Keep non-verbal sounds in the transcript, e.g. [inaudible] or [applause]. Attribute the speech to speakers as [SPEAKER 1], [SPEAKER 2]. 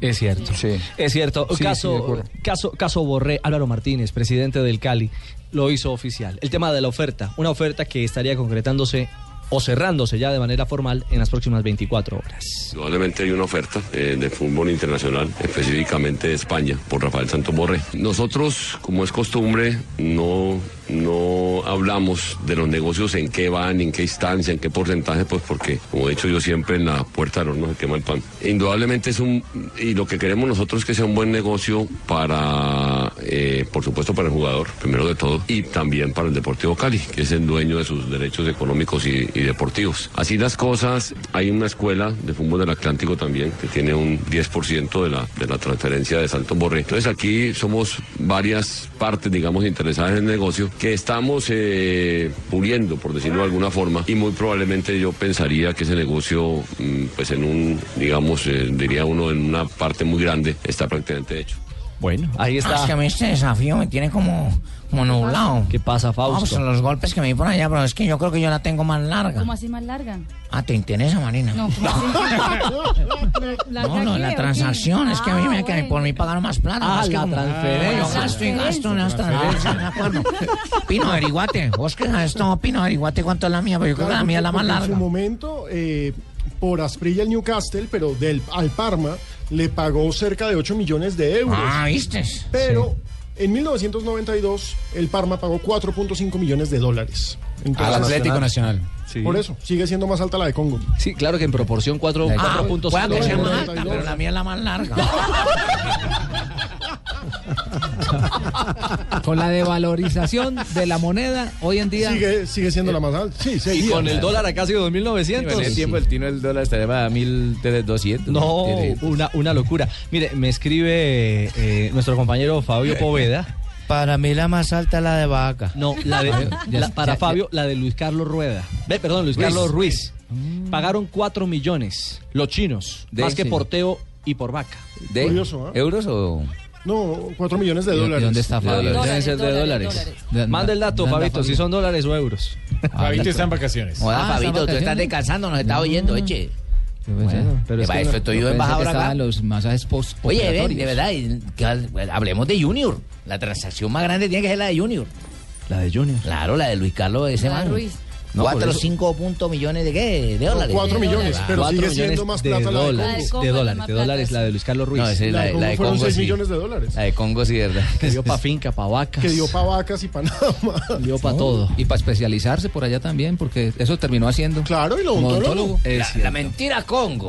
[SPEAKER 1] Es cierto.
[SPEAKER 2] Sí.
[SPEAKER 1] Es cierto.
[SPEAKER 2] Sí, sí, de
[SPEAKER 1] caso,
[SPEAKER 2] acuerdo.
[SPEAKER 1] caso, caso Borré, Álvaro Martínez, presidente del Cali, lo hizo oficial. El tema de la oferta, una oferta que estaría concretándose o cerrándose ya de manera formal en las próximas 24 horas.
[SPEAKER 3] Indudablemente hay una oferta eh, de fútbol internacional, específicamente de España, por Rafael Santos Borré. Nosotros, como es costumbre, no, no hablamos de los negocios en qué van, en qué instancia, en qué porcentaje, pues porque, como he dicho yo siempre, en la puerta del horno se quema el pan. Indudablemente es un, y lo que queremos nosotros es que sea un buen negocio para, eh, por supuesto, para el jugador, primero de todo, y también para el Deportivo Cali, que es el dueño de sus derechos económicos y, y deportivos. Así las cosas, hay una escuela de fútbol del Atlántico también, que tiene un 10% de la, de la transferencia de Santos Borré. Entonces aquí somos varias partes, digamos, interesadas en el negocio, que estamos eh, puliendo, por decirlo de alguna forma, y muy probablemente yo pensaría que ese negocio, mm, pues en un, digamos, eh, diría uno, en una parte muy grande, está prácticamente hecho.
[SPEAKER 1] Bueno, ah, ahí
[SPEAKER 4] Es que a
[SPEAKER 1] está.
[SPEAKER 4] mí este desafío me tiene como, como nublado.
[SPEAKER 1] ¿Qué pasa,
[SPEAKER 4] No, pues son
[SPEAKER 1] Fausto?
[SPEAKER 4] los golpes que me di por allá, pero es que yo creo que yo la tengo más larga.
[SPEAKER 5] ¿Cómo así más larga?
[SPEAKER 4] Ah, ¿te interesa, Marina?
[SPEAKER 5] No, ¿cómo así?
[SPEAKER 4] No, lo de la transacción, es que a mí
[SPEAKER 5] Ah,
[SPEAKER 4] me cae por mí pagar más plata.
[SPEAKER 1] Ah,
[SPEAKER 4] es que
[SPEAKER 1] la
[SPEAKER 4] como-
[SPEAKER 1] transferencia.
[SPEAKER 4] Yo gasto y gasto, no hasta [laughs] no, me acuerdo. Pino, averiguate, vos que sabes todo, Pino, averiguate cuánto es la mía, pero yo creo que la mía es la más
[SPEAKER 6] Porque En
[SPEAKER 4] larga.
[SPEAKER 6] su momento, eh, por Asprilla el Newcastle, pero del, al Parma, le pagó cerca de 8 millones de euros.
[SPEAKER 4] Ah, ¿viste?
[SPEAKER 6] pero en 1992, el Parma pagó 4.5 millones de dólares.
[SPEAKER 2] Al
[SPEAKER 6] Entonces,
[SPEAKER 2] Atlético Nacional.
[SPEAKER 6] Por eso, sigue siendo más alta la de Congo.
[SPEAKER 1] Sí, claro que en proporción cuatro-
[SPEAKER 4] Ah,
[SPEAKER 1] 4.5.
[SPEAKER 4] pueda que sea más
[SPEAKER 1] euros.
[SPEAKER 4] alta, pero la mía es la más larga.
[SPEAKER 7] Con la devalorización de la moneda hoy en día.
[SPEAKER 6] Sigue, sigue siendo la más alta. Sí,
[SPEAKER 1] Y
[SPEAKER 6] seguía.
[SPEAKER 1] con el dólar a casi 2.900.
[SPEAKER 8] En el tiempo el tino del dólar estaría a 1200.
[SPEAKER 1] No, una, una locura. Mire, me escribe eh, nuestro compañero Fabio Poveda.
[SPEAKER 9] Para mí la más alta es la de vaca.
[SPEAKER 1] No, la de, la- para Fabio, la de Luis Carlos Rueda. Ve, perdón, Luis Carlos Ruiz. Pagaron 4 millones los chinos,
[SPEAKER 8] De
[SPEAKER 1] más que
[SPEAKER 8] ese.
[SPEAKER 1] por Teo y por Vaca.
[SPEAKER 8] ¿De
[SPEAKER 6] Curioso, ¿ah?
[SPEAKER 8] euros o
[SPEAKER 6] No, 4 millones de
[SPEAKER 9] ¿Y- y
[SPEAKER 6] dólares.
[SPEAKER 9] dónde está Fabio?
[SPEAKER 8] Dólares.
[SPEAKER 1] Deben ser de
[SPEAKER 5] dólares,
[SPEAKER 1] dólares.
[SPEAKER 9] dólares.
[SPEAKER 1] Manda el dato,
[SPEAKER 9] Manda,
[SPEAKER 1] Fabito, si
[SPEAKER 9] Fabio.
[SPEAKER 1] son dólares o euros.
[SPEAKER 2] Fabito está en vacaciones.
[SPEAKER 4] Joda,
[SPEAKER 9] Ah,
[SPEAKER 4] Fabito,
[SPEAKER 9] ¿están
[SPEAKER 4] tú estás
[SPEAKER 9] vacaciones?
[SPEAKER 4] descansando, nos está
[SPEAKER 9] No.
[SPEAKER 4] oyendo, oye.
[SPEAKER 9] Yo pensé-
[SPEAKER 1] Bueno, pero
[SPEAKER 4] Que
[SPEAKER 1] es
[SPEAKER 4] para
[SPEAKER 1] que
[SPEAKER 4] eso
[SPEAKER 1] no-
[SPEAKER 4] estoy
[SPEAKER 9] yo
[SPEAKER 4] yo
[SPEAKER 9] pensé
[SPEAKER 4] embajador
[SPEAKER 9] que
[SPEAKER 4] acá.
[SPEAKER 9] estaban los masajes post
[SPEAKER 4] Oye, ven, de verdad, y- que- pues, hablemos de Junior. La transacción más grande tiene que ser la de Junior.
[SPEAKER 1] La de Junior.
[SPEAKER 4] Claro, la de Luis Carlos de ese
[SPEAKER 5] La de
[SPEAKER 4] man.
[SPEAKER 5] Ruiz.
[SPEAKER 1] No, por
[SPEAKER 4] Cuatro,
[SPEAKER 1] eso-
[SPEAKER 4] cinco punto millones de qué? De dólares.
[SPEAKER 6] 4 millones, pero
[SPEAKER 1] Cuatro
[SPEAKER 6] sigue
[SPEAKER 1] millones
[SPEAKER 6] siendo más
[SPEAKER 1] de
[SPEAKER 6] plata la de Congo.
[SPEAKER 5] La de
[SPEAKER 1] dólares,
[SPEAKER 5] Congo
[SPEAKER 1] de
[SPEAKER 5] es la
[SPEAKER 1] dólares,
[SPEAKER 5] más
[SPEAKER 1] de
[SPEAKER 5] plata,
[SPEAKER 1] dólares,
[SPEAKER 5] sí.
[SPEAKER 1] la de Luis Carlos Ruiz.
[SPEAKER 8] No, esa es
[SPEAKER 6] La
[SPEAKER 8] la,
[SPEAKER 6] de Congo
[SPEAKER 8] la de
[SPEAKER 6] fueron
[SPEAKER 8] Congo
[SPEAKER 6] 6
[SPEAKER 8] sí.
[SPEAKER 6] millones de dólares.
[SPEAKER 8] La de Congo sí, verdad.
[SPEAKER 1] Que dio
[SPEAKER 8] [laughs]
[SPEAKER 1] pa' finca, pa' vacas.
[SPEAKER 6] Que dio para vacas y para nada más.
[SPEAKER 1] dio pa' todo.
[SPEAKER 9] Y para especializarse por allá también, porque eso terminó haciendo.
[SPEAKER 6] Claro, y lo
[SPEAKER 9] como
[SPEAKER 6] odontólogo.
[SPEAKER 9] odontólogo.
[SPEAKER 1] Es
[SPEAKER 4] La,
[SPEAKER 1] cierto.
[SPEAKER 4] la mentira Congo.